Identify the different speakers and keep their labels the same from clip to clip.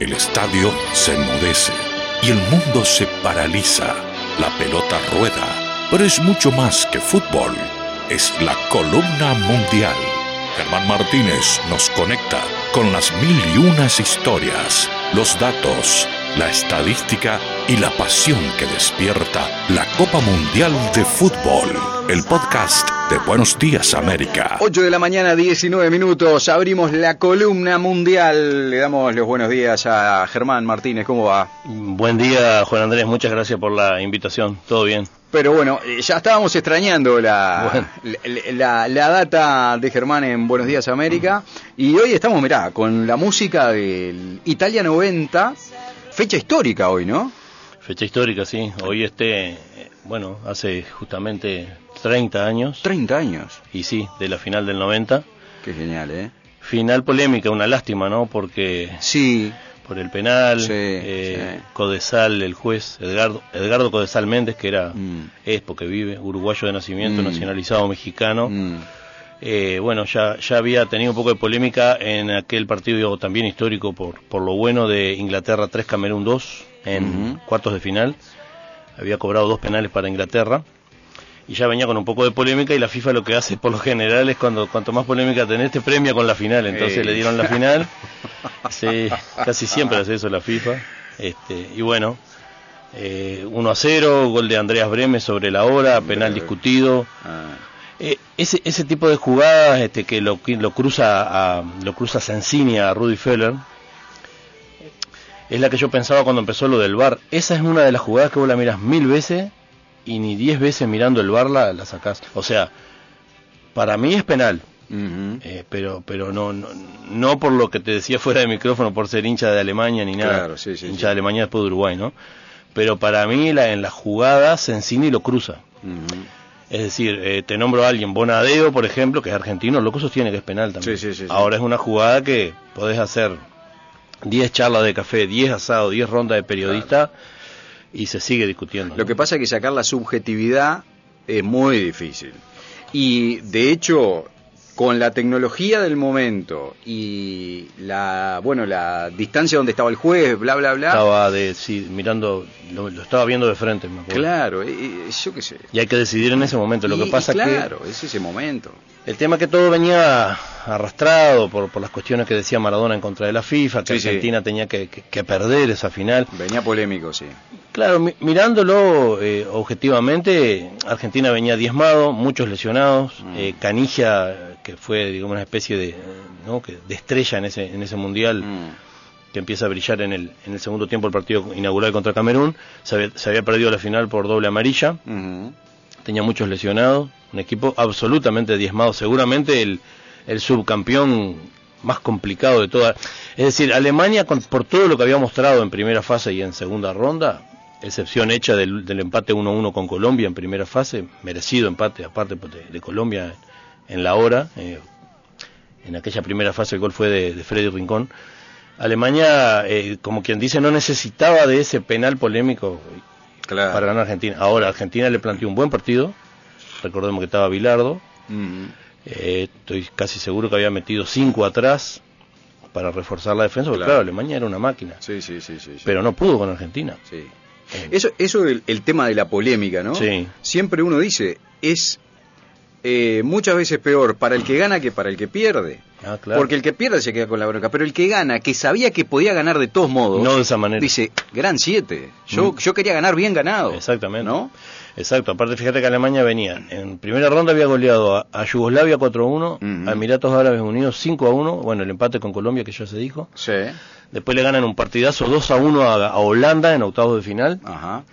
Speaker 1: El estadio se enmudece y el mundo se paraliza. La pelota rueda, pero es mucho más que fútbol. Es la columna mundial. Germán Martínez nos conecta con las mil y unas historias, los datos, la estadística y la pasión que despierta la Copa Mundial de Fútbol. El podcast de Buenos Días América.
Speaker 2: 8 de la mañana, 19 minutos. Abrimos la columna mundial. Le damos los buenos días a Germán Martínez. ¿Cómo va?
Speaker 3: Buen día, Juan Andrés. Muchas gracias por la invitación. Todo bien.
Speaker 2: Pero bueno, eh, ya estábamos extrañando la, la, la- la data de Germán en Buenos Días América. Y hoy estamos, mirá, con la música del Italia 90. Fecha histórica hoy, ¿no?
Speaker 3: Fecha histórica, sí. Hoy este, eh, bueno, hace justamente 30 años,
Speaker 2: 30 años.
Speaker 3: y sí, de la final del 90.
Speaker 2: Qué genial, ¿eh?
Speaker 3: Final polémica, una lástima, ¿no? Porque
Speaker 2: Sí,
Speaker 3: por el penal,
Speaker 2: Sí,
Speaker 3: eh,
Speaker 2: sí.
Speaker 3: Codesal, el juez, Edgardo, Edgardo Codesal Méndez, que era,
Speaker 2: Mm.
Speaker 3: es porque vive, uruguayo de nacimiento,
Speaker 2: Mm.
Speaker 3: nacionalizado mexicano.
Speaker 2: Mm.
Speaker 3: Eh, bueno, ya, ya había tenido un poco de polémica en aquel partido también histórico por, por lo bueno de Inglaterra 3, Camerún 2 en
Speaker 2: Ujú.
Speaker 3: cuartos de final. Había cobrado dos penales para Inglaterra y ya venía con un poco de polémica y la FIFA lo que hace por lo general es cuando cuanto más polémica tenés te premia con la final. Entonces
Speaker 2: Eh.
Speaker 3: le dieron la final. Sí, casi siempre hace eso la FIFA. Este, y bueno, eh, 1 a 0, gol de Andreas Breme sobre la hora, penal discutido.
Speaker 2: Ah,
Speaker 3: Eh, ese, ese tipo de jugadas este, que lo, que lo cruza a, lo cruza Sensini a Rudy Feller es la que yo pensaba cuando empezó lo del bar. Esa es una de las jugadas que vos la miras mil veces y ni diez veces mirando el bar la, la sacás. O sea, para mí es penal,
Speaker 2: ujú.
Speaker 3: eh, pero pero no, no no por lo que te decía fuera de micrófono, por ser hincha de Alemania ni nada.
Speaker 2: Claro, sí, sí,
Speaker 3: hincha
Speaker 2: sí.
Speaker 3: de Alemania después de Uruguay, ¿no? Pero para mí la, en la jugada Sensini lo cruza.
Speaker 2: Ujú.
Speaker 3: Es decir, eh, te nombro a alguien, Bonadeo, por ejemplo, que es argentino, loco sostiene que es penal también.
Speaker 2: Sí, sí, sí, sí.
Speaker 3: Ahora es una jugada que podés hacer 10 charlas de café, 10 asados, 10 rondas de periodista y se sigue discutiendo.
Speaker 2: Lo
Speaker 3: ¿no?
Speaker 2: que pasa es que sacar la subjetividad es muy difícil. Y de hecho, con la tecnología del momento y la, bueno, la distancia donde estaba el juez, bla, bla, bla.
Speaker 3: Estaba de, sí, mirando, lo, lo estaba viendo de frente, me acuerdo.
Speaker 2: Claro, eh, eh, yo qué sé.
Speaker 3: Y hay que decidir en ese momento. Lo
Speaker 2: Y-
Speaker 3: que pasa
Speaker 2: y
Speaker 3: es que
Speaker 2: claro, es ese momento.
Speaker 3: El tema que todo venía arrastrado por, por las cuestiones que decía Maradona en contra de la FIFA, que
Speaker 2: Sí, sí.
Speaker 3: Argentina tenía que, que- que perder esa final.
Speaker 2: Venía polémico, sí.
Speaker 3: Claro, mi- mirándolo eh, objetivamente, Argentina venía diezmado, muchos lesionados, eh, Canilla, que fue digamos, una especie de, eh, ¿no? que, de estrella en ese, en ese mundial,
Speaker 2: Mm.
Speaker 3: que empieza a brillar en el, en el segundo tiempo del partido inaugural contra Camerún, se había, se había perdido la final por doble amarilla
Speaker 2: Ujú.
Speaker 3: tenía muchos lesionados, un equipo absolutamente diezmado, seguramente el, el subcampeón más complicado de toda. Es decir, Alemania, con- por todo lo que había mostrado en primera fase y en segunda ronda, excepción hecha del, del empate 1-1 con Colombia en primera fase, merecido empate aparte pues, de, de Colombia en la hora, eh, en aquella primera fase el gol fue de, de Freddy Rincón. Alemania, eh, como quien dice, no necesitaba de ese penal polémico
Speaker 2: Claro.
Speaker 3: para ganar Argentina. Ahora, Argentina le planteó un buen partido. Recordemos que estaba Bilardo.
Speaker 2: Ujú.
Speaker 3: Eh, estoy casi seguro que había metido cinco atrás para reforzar la defensa. Porque,
Speaker 2: Claro.
Speaker 3: claro, Alemania era una máquina.
Speaker 2: Sí, sí, sí, sí. sí.
Speaker 3: Pero no pudo con Argentina.
Speaker 2: Sí. Eso, eso el, el tema de la polémica, ¿no?
Speaker 3: Eh. Sí.
Speaker 2: Siempre uno dice, es eh, muchas veces peor para el que gana que para el que pierde.
Speaker 3: Ah, claro.
Speaker 2: Porque el que pierde se queda con la bronca, pero el que gana, que sabía que podía ganar de todos modos,
Speaker 3: No de esa manera.
Speaker 2: dice, gran 7, yo,
Speaker 3: Mm.
Speaker 2: yo quería ganar bien ganado.
Speaker 3: Exactamente.
Speaker 2: ¿No?
Speaker 3: Exacto. Aparte, fíjate que Alemania venía. En primera ronda había goleado a, a Yugoslavia 4-1,
Speaker 2: Ujú.
Speaker 3: a Emiratos Árabes Unidos 5-1. Bueno, el empate con Colombia que ya se dijo.
Speaker 2: Sí.
Speaker 3: Después le ganan un partidazo 2-1 a, a Holanda en octavos de final.
Speaker 2: Ajá.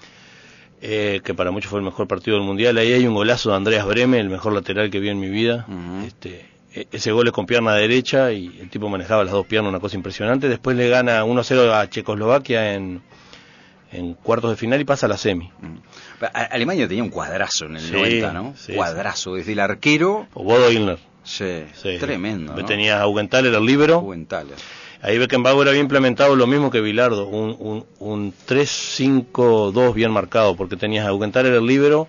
Speaker 3: eh, que para muchos fue el mejor partido del mundial. Ahí hay un golazo de Andreas Breme, el mejor lateral que vi en mi vida.
Speaker 2: Ujú.
Speaker 3: Este, e- ese gol es con pierna derecha y el tipo manejaba las dos piernas, una cosa impresionante. Después le gana 1-0 a Checoslovaquia en, en cuartos de final y pasa a la semi.
Speaker 2: A- Alemania tenía un cuadrazo en el
Speaker 3: Sí,
Speaker 2: 90, ¿no?
Speaker 3: sí,
Speaker 2: cuadrazo, desde el arquero.
Speaker 3: O Bodo Illner.
Speaker 2: Sí.
Speaker 3: Sí.
Speaker 2: Tremendo. ¿no?
Speaker 3: Tenía a Augenthaler, el libero.
Speaker 2: Juventales.
Speaker 3: Ahí Beckenbauer había implementado lo mismo que Bilardo, un, un, un 3-5-2 bien marcado, porque tenías a Augenthaler, el libero.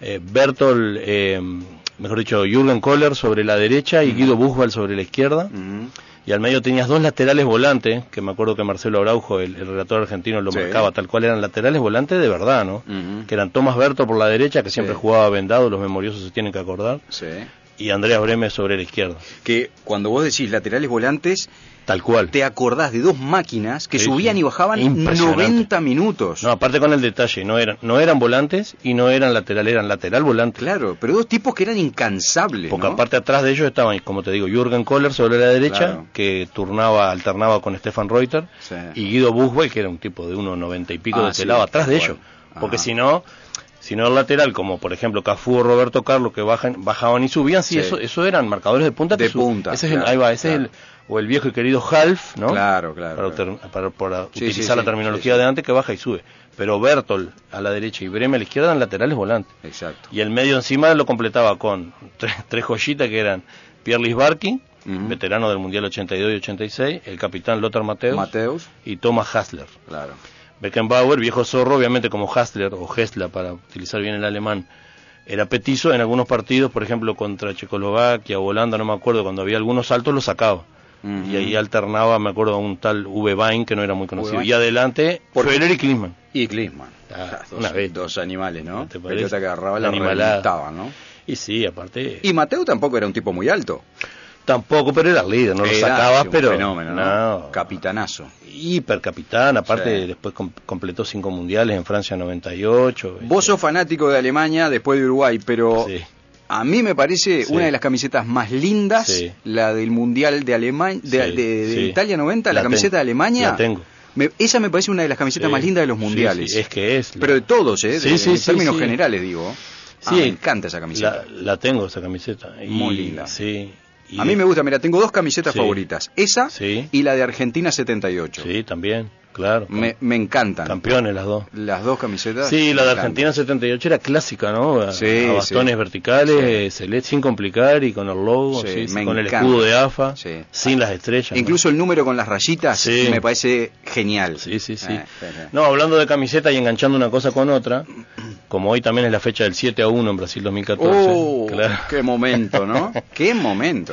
Speaker 3: eh, Bertol, eh, mejor dicho, Jürgen Kohler sobre la derecha y Guido Buchwald sobre la izquierda.
Speaker 2: Ujú.
Speaker 3: y al medio tenías dos laterales volantes, que me acuerdo que Marcelo Araujo, el, el relator argentino, lo
Speaker 2: Sí.
Speaker 3: marcaba tal cual eran laterales volantes de verdad, ¿no?
Speaker 2: Ujú.
Speaker 3: Que eran Tomás Berto por la derecha, que siempre
Speaker 2: Sí.
Speaker 3: jugaba vendado, los memoriosos se tienen que acordar,
Speaker 2: Sí.
Speaker 3: y Andreas Breme sobre la izquierda,
Speaker 2: Que cuando vos decís laterales volantes,
Speaker 3: tal cual.
Speaker 2: te acordás de dos máquinas que
Speaker 3: Sí,
Speaker 2: subían
Speaker 3: sí.
Speaker 2: y bajaban
Speaker 3: Impresionante.
Speaker 2: 90 minutos.
Speaker 3: No, aparte con el detalle, no eran, no eran volantes y no eran lateral, eran lateral volante.
Speaker 2: Claro, pero dos tipos que eran incansables.
Speaker 3: Porque
Speaker 2: ¿no?
Speaker 3: aparte atrás de ellos estaban, como te digo, Jürgen Kohler sobre la derecha,
Speaker 2: Claro.
Speaker 3: que turnaba, alternaba con Stefan Reuter,
Speaker 2: Sí.
Speaker 3: y Guido Buchwey, que era un tipo de 1,90 y pico
Speaker 2: Ah,
Speaker 3: de
Speaker 2: sí,
Speaker 3: pelado, atrás de
Speaker 2: tal
Speaker 3: ellos.
Speaker 2: cual. Ajá.
Speaker 3: Porque si no, si no el lateral, como por ejemplo Cafú o Roberto Carlos, que bajan, bajaban y subían, sí,
Speaker 2: Sí.
Speaker 3: Eso, eso eran marcadores de punta. que
Speaker 2: De
Speaker 3: su-
Speaker 2: punta,
Speaker 3: Ese es el,
Speaker 2: claro,
Speaker 3: ahí va, ese
Speaker 2: claro.
Speaker 3: es el, o el viejo y querido Half, ¿no?
Speaker 2: Claro, claro,
Speaker 3: Para,
Speaker 2: claro.
Speaker 3: ter- para- para
Speaker 2: Sí,
Speaker 3: utilizar
Speaker 2: sí,
Speaker 3: la
Speaker 2: sí,
Speaker 3: terminología
Speaker 2: sí, sí.
Speaker 3: de antes, que baja y sube. Pero Bertol a la derecha y Breme a la izquierda en laterales volantes.
Speaker 2: Exacto.
Speaker 3: Y el medio encima lo completaba con tres, tres joyitas que eran Pierre Lisbarki,
Speaker 2: Ujú.
Speaker 3: veterano del Mundial 82 y 86, el capitán Lothar Mateus,
Speaker 2: Mateus,
Speaker 3: y Thomas Hassler.
Speaker 2: claro.
Speaker 3: Beckenbauer, viejo zorro, obviamente como Hassler o Hessler para utilizar bien el alemán, era petizo en algunos partidos, por ejemplo contra Checoslovaquia o Holanda, no me acuerdo, cuando había algunos saltos lo sacaba.
Speaker 2: Ujú.
Speaker 3: Y ahí alternaba, me acuerdo, a un tal V. Bain que no era muy conocido.
Speaker 2: Bain.
Speaker 3: Y adelante,
Speaker 2: Por-
Speaker 3: Föhler y Klinsmann.
Speaker 2: Y Klinsmann.
Speaker 3: Ah,
Speaker 2: O sea,
Speaker 3: una
Speaker 2: dos,
Speaker 3: vez.
Speaker 2: dos animales, ¿no?
Speaker 3: ¿No te parece?
Speaker 2: Pelota que agarraba la
Speaker 3: Animalada.
Speaker 2: reventaba, ¿no?
Speaker 3: Y sí, aparte.
Speaker 2: Y Mateo tampoco era un tipo muy alto.
Speaker 3: Tampoco, pero era líder, no lo
Speaker 2: Era
Speaker 3: sacabas,
Speaker 2: un
Speaker 3: pero.
Speaker 2: Fenómeno, ¿no?
Speaker 3: no.
Speaker 2: Capitanazo.
Speaker 3: Hipercapitán, aparte
Speaker 2: Sí.
Speaker 3: después com- completó cinco mundiales en Francia 98.
Speaker 2: Vos sos fanático de Alemania después de Uruguay, pero
Speaker 3: Sí.
Speaker 2: a mí me parece
Speaker 3: Sí.
Speaker 2: una de las camisetas más lindas,
Speaker 3: Sí.
Speaker 2: la del Mundial de Alemania, de,
Speaker 3: Sí,
Speaker 2: de- de
Speaker 3: sí.
Speaker 2: Italia 90, la,
Speaker 3: La
Speaker 2: camiseta
Speaker 3: tengo,
Speaker 2: de Alemania.
Speaker 3: la tengo.
Speaker 2: Me- esa me parece una de las camisetas
Speaker 3: Sí,
Speaker 2: más lindas de los
Speaker 3: sí,
Speaker 2: mundiales.
Speaker 3: sí, es que es.
Speaker 2: Pero de todos, ¿eh? De-
Speaker 3: Sí, sí,
Speaker 2: en
Speaker 3: sí,
Speaker 2: términos
Speaker 3: sí.
Speaker 2: generales, digo. Ah,
Speaker 3: Sí,
Speaker 2: me encanta esa camiseta.
Speaker 3: La, la tengo, esa camiseta. Y-
Speaker 2: Muy linda.
Speaker 3: Sí. y-
Speaker 2: a mí me gusta, mira, tengo dos camisetas
Speaker 3: Sí.
Speaker 2: favoritas. Esa
Speaker 3: Sí.
Speaker 2: y la de Argentina 78.
Speaker 3: Sí, también, claro.
Speaker 2: Me, me encantan.
Speaker 3: Campeones las dos.
Speaker 2: Las dos camisetas.
Speaker 3: Sí, la
Speaker 2: me
Speaker 3: de
Speaker 2: encantan.
Speaker 3: Argentina 78 era clásica, ¿no? A,
Speaker 2: Sí,
Speaker 3: a bastones
Speaker 2: sí.
Speaker 3: verticales, eh, celeste, sin complicar y con el logo,
Speaker 2: Sí,
Speaker 3: sí, sí,
Speaker 2: me
Speaker 3: con
Speaker 2: encanta.
Speaker 3: el escudo de AFA,
Speaker 2: Sí.
Speaker 3: sin las estrellas. ¿no?
Speaker 2: Incluso el número con las rayitas
Speaker 3: Sí.
Speaker 2: me parece genial.
Speaker 3: Sí, sí, sí.
Speaker 2: Eh, sí, sí.
Speaker 3: No, hablando de camiseta y enganchando una cosa con otra, como hoy también es la fecha del 7 a 1 en Brasil 2014.
Speaker 2: Oh,
Speaker 3: claro.
Speaker 2: qué momento, ¿no? qué momento.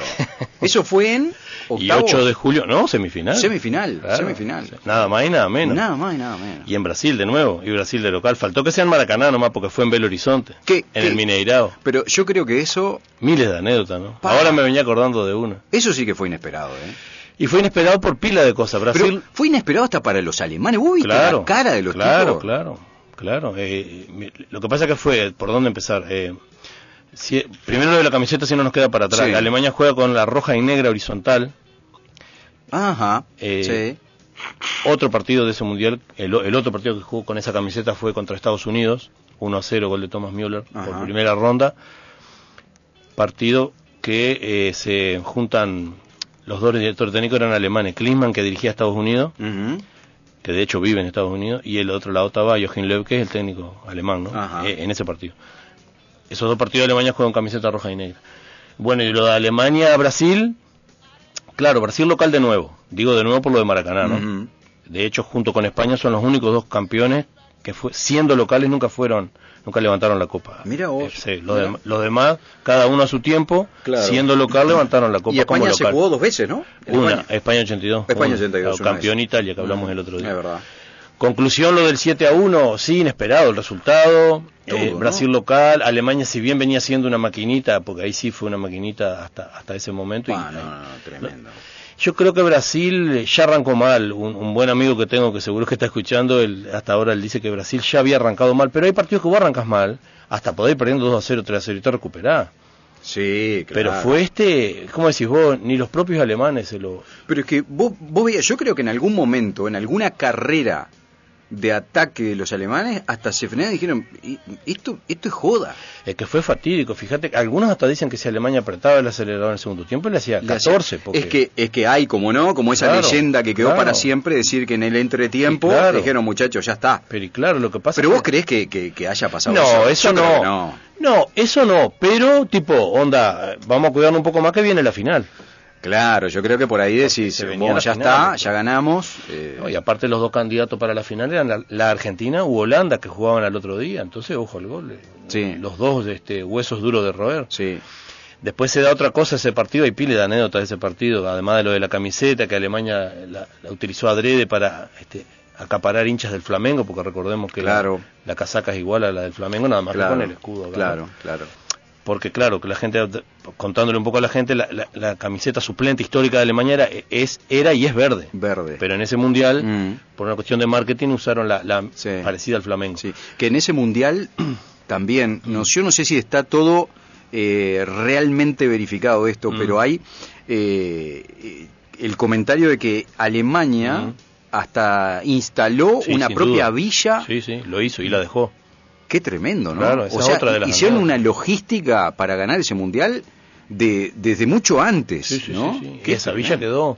Speaker 2: Eso fue en
Speaker 3: Y
Speaker 2: octavo,
Speaker 3: 8 de julio, no, semifinal.
Speaker 2: semifinal,
Speaker 3: Claro.
Speaker 2: semifinal.
Speaker 3: Nada más y nada menos.
Speaker 2: Nada más y nada menos.
Speaker 3: Y en Brasil de nuevo, y Brasil de local. Faltó que sea en Maracaná nomás porque fue en Belo Horizonte,
Speaker 2: ¿Qué-
Speaker 3: en
Speaker 2: qué?
Speaker 3: el Mineirao.
Speaker 2: Pero yo creo que eso,
Speaker 3: Miles de anécdotas, ¿no?
Speaker 2: Pa.
Speaker 3: Ahora me venía acordando de una.
Speaker 2: eso sí que fue inesperado, ¿eh?
Speaker 3: Y fue inesperado por pila de cosas. Brasil
Speaker 2: Pero fue inesperado hasta para los alemanes. ¿Vos viste la cara de los
Speaker 3: claro,
Speaker 2: tipos?
Speaker 3: Claro, claro, Eh, mi- lo que pasa que fue, ¿por dónde empezar? Eh, si- primero lo de la camiseta, si no nos queda para atrás.
Speaker 2: Sí.
Speaker 3: Alemania juega con la roja y negra horizontal.
Speaker 2: Ajá.
Speaker 3: Eh,
Speaker 2: sí.
Speaker 3: Otro partido de ese mundial, el, o- el otro partido que jugó con esa camiseta fue contra Estados Unidos. 1 a 0, gol de Thomas Müller por
Speaker 2: Ajá.
Speaker 3: primera ronda. Partido que eh, se juntan los dos directores técnicos eran alemanes. Klinsmann, que dirigía a Estados Unidos,
Speaker 2: Ujú.
Speaker 3: que de hecho vive en Estados Unidos, y el otro lado estaba Joachim Löw, que es el técnico alemán, ¿no?
Speaker 2: Ajá.
Speaker 3: Eh, en ese partido. Esos dos partidos de Alemania juegan camiseta roja y negra. Bueno, y lo de Alemania a Brasil, claro, Brasil local de nuevo. Digo de nuevo por lo de Maracaná, ¿no?
Speaker 2: Ujú.
Speaker 3: De hecho, junto con España son los únicos dos campeones que fue, siendo locales nunca fueron, nunca levantaron la copa.
Speaker 2: Mira vos.
Speaker 3: Eh, sí, los,
Speaker 2: Mira.
Speaker 3: dem- los demás, cada uno a su tiempo,
Speaker 2: Claro.
Speaker 3: siendo local levantaron la copa
Speaker 2: Y
Speaker 3: como
Speaker 2: España
Speaker 3: local.
Speaker 2: se jugó dos veces, ¿no? En
Speaker 3: Una,
Speaker 2: España.
Speaker 3: España 82.
Speaker 2: España
Speaker 3: una.
Speaker 2: 82.
Speaker 3: Claro,
Speaker 2: una
Speaker 3: campeón
Speaker 2: vez.
Speaker 3: Italia, que hablamos
Speaker 2: Ujú.
Speaker 3: el otro día.
Speaker 2: Es verdad.
Speaker 3: Conclusión lo del 7 a 1, sí, inesperado el resultado.
Speaker 2: Todo,
Speaker 3: Eh,
Speaker 2: ¿no?
Speaker 3: Brasil local, Alemania si bien venía siendo una maquinita, porque ahí sí fue una maquinita hasta, hasta ese momento. y-
Speaker 2: Ah, no, no, no, tremendo.
Speaker 3: Yo creo que Brasil eh, ya arrancó mal. Un, un buen amigo que tengo que seguro que está escuchando, él, hasta ahora él dice que Brasil ya había arrancado mal, pero hay partidos que vos arrancas mal, hasta podés ir perdiendo 2 a 0, 3 a 0 y te recuperás.
Speaker 2: Sí, claro.
Speaker 3: Pero fue este, ¿cómo decís vos? Ni los propios alemanes se lo...
Speaker 2: Pero es que vos, vos veías, yo creo que en algún momento, en alguna carrera de ataque de los alemanes, hasta se frenaron y dijeron, "Y- esto, esto es joda.
Speaker 3: Es eh, que fue fatídico, fíjate, algunos hasta dicen que si Alemania apretaba el acelerador en el segundo tiempo, le hacía 14. Porque...
Speaker 2: Es que es que hay, como no, como esa
Speaker 3: Claro,
Speaker 2: leyenda que quedó
Speaker 3: claro.
Speaker 2: para siempre, decir que en el entretiempo
Speaker 3: Sí, claro.
Speaker 2: dijeron, muchachos, ya está.
Speaker 3: Pero y claro, lo que pasa
Speaker 2: Pero
Speaker 3: es
Speaker 2: vos
Speaker 3: que-
Speaker 2: creés que, que- que haya pasado
Speaker 3: No,
Speaker 2: Yo
Speaker 3: eso
Speaker 2: creo
Speaker 3: no.
Speaker 2: que
Speaker 3: no. eso no, pero tipo, onda, eh, vamos a cuidarnos un poco más que viene la final.
Speaker 2: Claro, yo creo que por ahí decís,
Speaker 3: se venía
Speaker 2: bueno,
Speaker 3: la
Speaker 2: ya
Speaker 3: final,
Speaker 2: está,
Speaker 3: ¿no?
Speaker 2: ya ganamos. eh,
Speaker 3: No, y aparte los dos candidatos para la final eran la, la Argentina u Holanda que jugaban al otro día, entonces ojo al gol. eh,
Speaker 2: Sí.
Speaker 3: Los dos este, huesos duros de roer.
Speaker 2: sí.
Speaker 3: Después se da otra cosa ese partido, hay pile de anécdotas de ese partido, además de lo de la camiseta que Alemania la, la utilizó adrede para este, acaparar hinchas del Flamengo, porque recordemos que
Speaker 2: Claro.
Speaker 3: la, la casaca es igual a la del Flamengo, nada más que con el escudo. ¿verdad?
Speaker 2: Claro, claro.
Speaker 3: Porque claro, que la gente, contándole un poco a la gente, la, la- la camiseta suplente histórica de Alemania era, es, era y es verde.
Speaker 2: Verde.
Speaker 3: Pero en ese mundial,
Speaker 2: Mm.
Speaker 3: por una cuestión de marketing, usaron la, la
Speaker 2: Sí.
Speaker 3: parecida al Flamengo.
Speaker 2: Sí, que en ese mundial también, no, yo no sé si está todo eh, realmente verificado esto,
Speaker 3: Mm.
Speaker 2: pero hay eh, eh, el comentario de que Alemania
Speaker 3: Mm.
Speaker 2: hasta instaló
Speaker 3: Sí,
Speaker 2: una
Speaker 3: sin
Speaker 2: propia
Speaker 3: duda.
Speaker 2: villa.
Speaker 3: Sí, sí, lo hizo y la dejó.
Speaker 2: Qué tremendo, ¿no?
Speaker 3: Claro, esa
Speaker 2: o sea,
Speaker 3: es otra de las
Speaker 2: hicieron
Speaker 3: ganadas.
Speaker 2: una logística para ganar ese mundial de, desde mucho antes,
Speaker 3: Sí, sí,
Speaker 2: ¿no?
Speaker 3: sí, sí.
Speaker 2: Qué Eh.
Speaker 3: Y esa villa
Speaker 2: tremendo.
Speaker 3: quedó,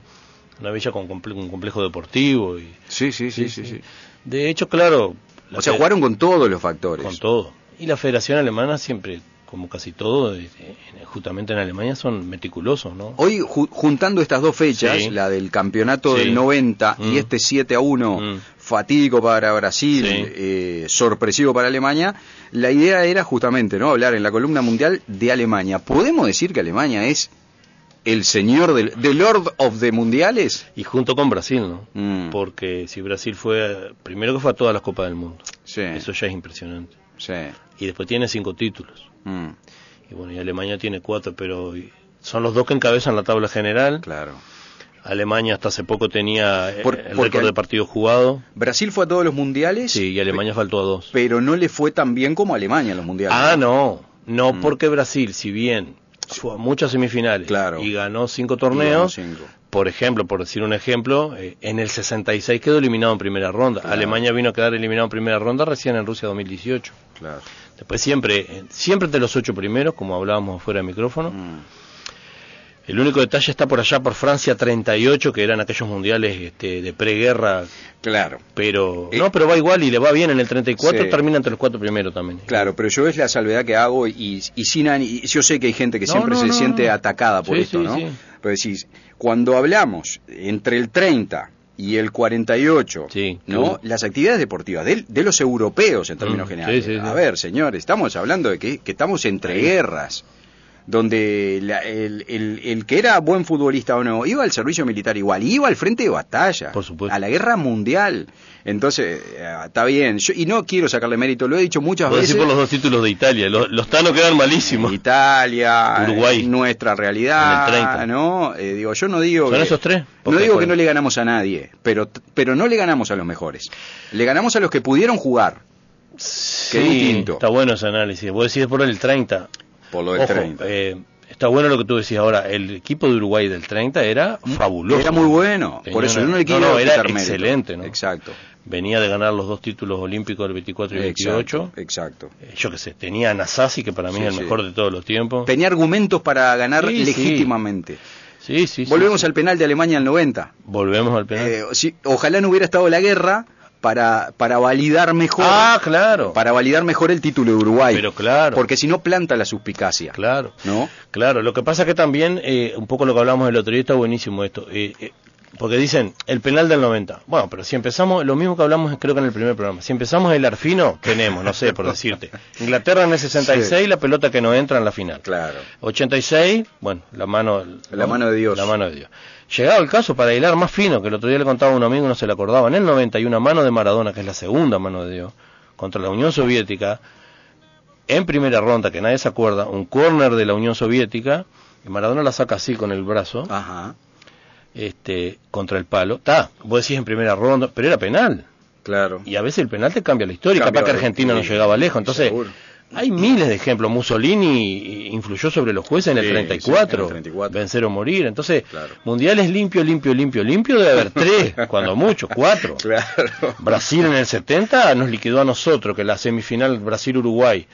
Speaker 3: una villa con comple- un complejo deportivo. Y,
Speaker 2: Sí, sí, sí, sí, sí.
Speaker 3: De hecho, claro. la
Speaker 2: O sea,
Speaker 3: fe-
Speaker 2: jugaron con todos los factores.
Speaker 3: Con todo. Y la Federación Alemana siempre, como casi todo, este, en- justamente en Alemania son meticulosos, ¿no?
Speaker 2: Hoy, ju- juntando estas dos fechas,
Speaker 3: Sí.
Speaker 2: la del campeonato
Speaker 3: Sí.
Speaker 2: del 90
Speaker 3: Mm.
Speaker 2: y este 7 a 1,
Speaker 3: Mm.
Speaker 2: fatídico para Brasil,
Speaker 3: Sí.
Speaker 2: eh, sorpresivo para Alemania, la idea era justamente no hablar en la columna mundial de Alemania. ¿Podemos decir que Alemania es el señor del the Lord of the Mundiales?
Speaker 3: Y junto con Brasil, ¿no?
Speaker 2: Mm.
Speaker 3: Porque si Brasil fue, primero que fue a todas las Copas del Mundo.
Speaker 2: Sí,
Speaker 3: Eso ya es impresionante.
Speaker 2: sí.
Speaker 3: Y después tiene cinco títulos.
Speaker 2: Mm,
Speaker 3: Y bueno, y Alemania tiene cuatro, pero y- son los dos que encabezan la tabla general.
Speaker 2: claro.
Speaker 3: Alemania hasta hace poco tenía eh,
Speaker 2: Por-
Speaker 3: el
Speaker 2: porque
Speaker 3: récord
Speaker 2: al-
Speaker 3: de partido jugado.
Speaker 2: Brasil fue a todos los mundiales,
Speaker 3: Sí, y Alemania faltó a dos.
Speaker 2: pero no le fue tan bien como a Alemania en los mundiales.
Speaker 3: Ah, no. No,
Speaker 2: Mm.
Speaker 3: porque Brasil, si bien fue a muchas semifinales
Speaker 2: Claro.
Speaker 3: y ganó cinco torneos,
Speaker 2: Y ganó cinco.
Speaker 3: por ejemplo, por decir un ejemplo, eh, en el 66 quedó eliminado en primera ronda.
Speaker 2: Claro.
Speaker 3: Alemania vino a quedar eliminado en primera ronda recién en Rusia 2018.
Speaker 2: Claro.
Speaker 3: Después siempre, eh, siempre de los ocho primeros, como hablábamos fuera de micrófono.
Speaker 2: Mm,
Speaker 3: El único detalle está por allá, por Francia 38, que eran aquellos mundiales este, de preguerra,
Speaker 2: Claro.
Speaker 3: pero...
Speaker 2: Eh.
Speaker 3: no, pero va igual y le va bien en el 34,
Speaker 2: Sí.
Speaker 3: termina entre los cuatro primeros también.
Speaker 2: Claro, pero yo es la salvedad que hago y, y sin ani- y yo sé que hay gente que
Speaker 3: No,
Speaker 2: siempre
Speaker 3: no,
Speaker 2: se
Speaker 3: no,
Speaker 2: siente
Speaker 3: no.
Speaker 2: atacada por
Speaker 3: Sí,
Speaker 2: esto,
Speaker 3: sí,
Speaker 2: ¿no?
Speaker 3: sí.
Speaker 2: Pero decís, cuando hablamos entre el 30 y el 48,
Speaker 3: Sí,
Speaker 2: ¿no?
Speaker 3: claro.
Speaker 2: Las actividades deportivas del- de, los europeos en términos
Speaker 3: Mm,
Speaker 2: generales.
Speaker 3: sí, sí, sí.
Speaker 2: A ver, señores, estamos hablando de que, que estamos entre
Speaker 3: Ahí.
Speaker 2: guerras donde la- el, el- el que era buen futbolista o no iba al servicio militar igual, iba al frente de batalla,
Speaker 3: Por supuesto.
Speaker 2: a la guerra mundial. Entonces, eh, está bien, Yo- y no quiero sacarle mérito, lo he dicho muchas
Speaker 3: Puedo
Speaker 2: veces.
Speaker 3: decir por los dos títulos de Italia. Los, los Tano quedan malísimos.
Speaker 2: Italia,
Speaker 3: Uruguay.
Speaker 2: nuestra realidad,
Speaker 3: En el 30.
Speaker 2: ¿no? Eh, digo, yo no digo
Speaker 3: ¿Son
Speaker 2: que,
Speaker 3: esos tres?
Speaker 2: No
Speaker 3: Porque
Speaker 2: digo que
Speaker 3: fueron.
Speaker 2: no le ganamos a nadie, pero pero no le ganamos a los mejores. Le ganamos a los que pudieron jugar
Speaker 3: Sí,
Speaker 2: distinto.
Speaker 3: Está bueno ese análisis. Vos decís por el 30.
Speaker 2: por lo del
Speaker 3: Ojo,
Speaker 2: 30.
Speaker 3: eh, está bueno lo que tú decís ahora. El equipo de Uruguay del 30 era fabuloso.
Speaker 2: Mm, Era muy bueno,
Speaker 3: Tenía
Speaker 2: por eso
Speaker 3: una-
Speaker 2: yo no le
Speaker 3: no,
Speaker 2: quiero
Speaker 3: no, era
Speaker 2: quitar mérito.
Speaker 3: excelente, ¿no?
Speaker 2: Exacto.
Speaker 3: Venía de ganar los dos títulos olímpicos del 24 y 28.
Speaker 2: Exacto. exacto.
Speaker 3: Eh, Yo qué sé, tenía a Nasasi, que para mí
Speaker 2: Sí,
Speaker 3: es el
Speaker 2: sí.
Speaker 3: mejor de todos los tiempos.
Speaker 2: Tenía argumentos para ganar
Speaker 3: Sí, sí.
Speaker 2: legítimamente.
Speaker 3: sí, sí, sí,
Speaker 2: Volvemos
Speaker 3: sí.
Speaker 2: al penal de Alemania al 90.
Speaker 3: Volvemos al penal.
Speaker 2: Eh, si- ojalá no hubiera estado la guerra para, para validar mejor
Speaker 3: ah, claro.
Speaker 2: para validar mejor el título de Uruguay.
Speaker 3: Pero claro.
Speaker 2: Porque si no planta la suspicacia.
Speaker 3: Claro.
Speaker 2: ¿No?
Speaker 3: Claro, lo que pasa es que también, eh, un poco lo que hablamos el otro día, está buenísimo esto. eh, eh, porque dicen, el penal del 90. Bueno, pero si empezamos, lo mismo que hablamos creo que en el primer programa, si empezamos el arfino, tenemos, no sé, por decirte. Inglaterra en el 66, la pelota que no entra en la final.
Speaker 2: Claro.
Speaker 3: 86, bueno, la mano,
Speaker 2: La mano de Dios.
Speaker 3: La mano de Dios. Llegado el caso para hilar más fino, que el otro día le contaba a un amigo, no se le acordaba, en el 90 hay una mano de Maradona, que es la segunda mano de Dios, contra la Unión Soviética, en primera ronda, que nadie se acuerda, un corner de la Unión Soviética, y Maradona la saca así con el brazo,
Speaker 2: Ajá.
Speaker 3: este, contra el palo. Está, vos decís en primera ronda, pero era penal.
Speaker 2: Claro.
Speaker 3: Y a veces el penal te cambia la historia,
Speaker 2: Cambia
Speaker 3: capaz que
Speaker 2: la-
Speaker 3: Argentina no
Speaker 2: sí,
Speaker 3: llegaba lejos. Entonces,
Speaker 2: seguro.
Speaker 3: hay miles de ejemplos. Mussolini eh, influyó sobre los jueces en el,
Speaker 2: Sí,
Speaker 3: 34,
Speaker 2: sí, en el 34.
Speaker 3: vencer o morir. Entonces,
Speaker 2: Claro.
Speaker 3: mundiales limpio, limpio, limpio, limpio, debe haber tres, cuando mucho, cuatro.
Speaker 2: Claro.
Speaker 3: Brasil en el 70 nos liquidó a nosotros, que la semifinal Brasil-Uruguay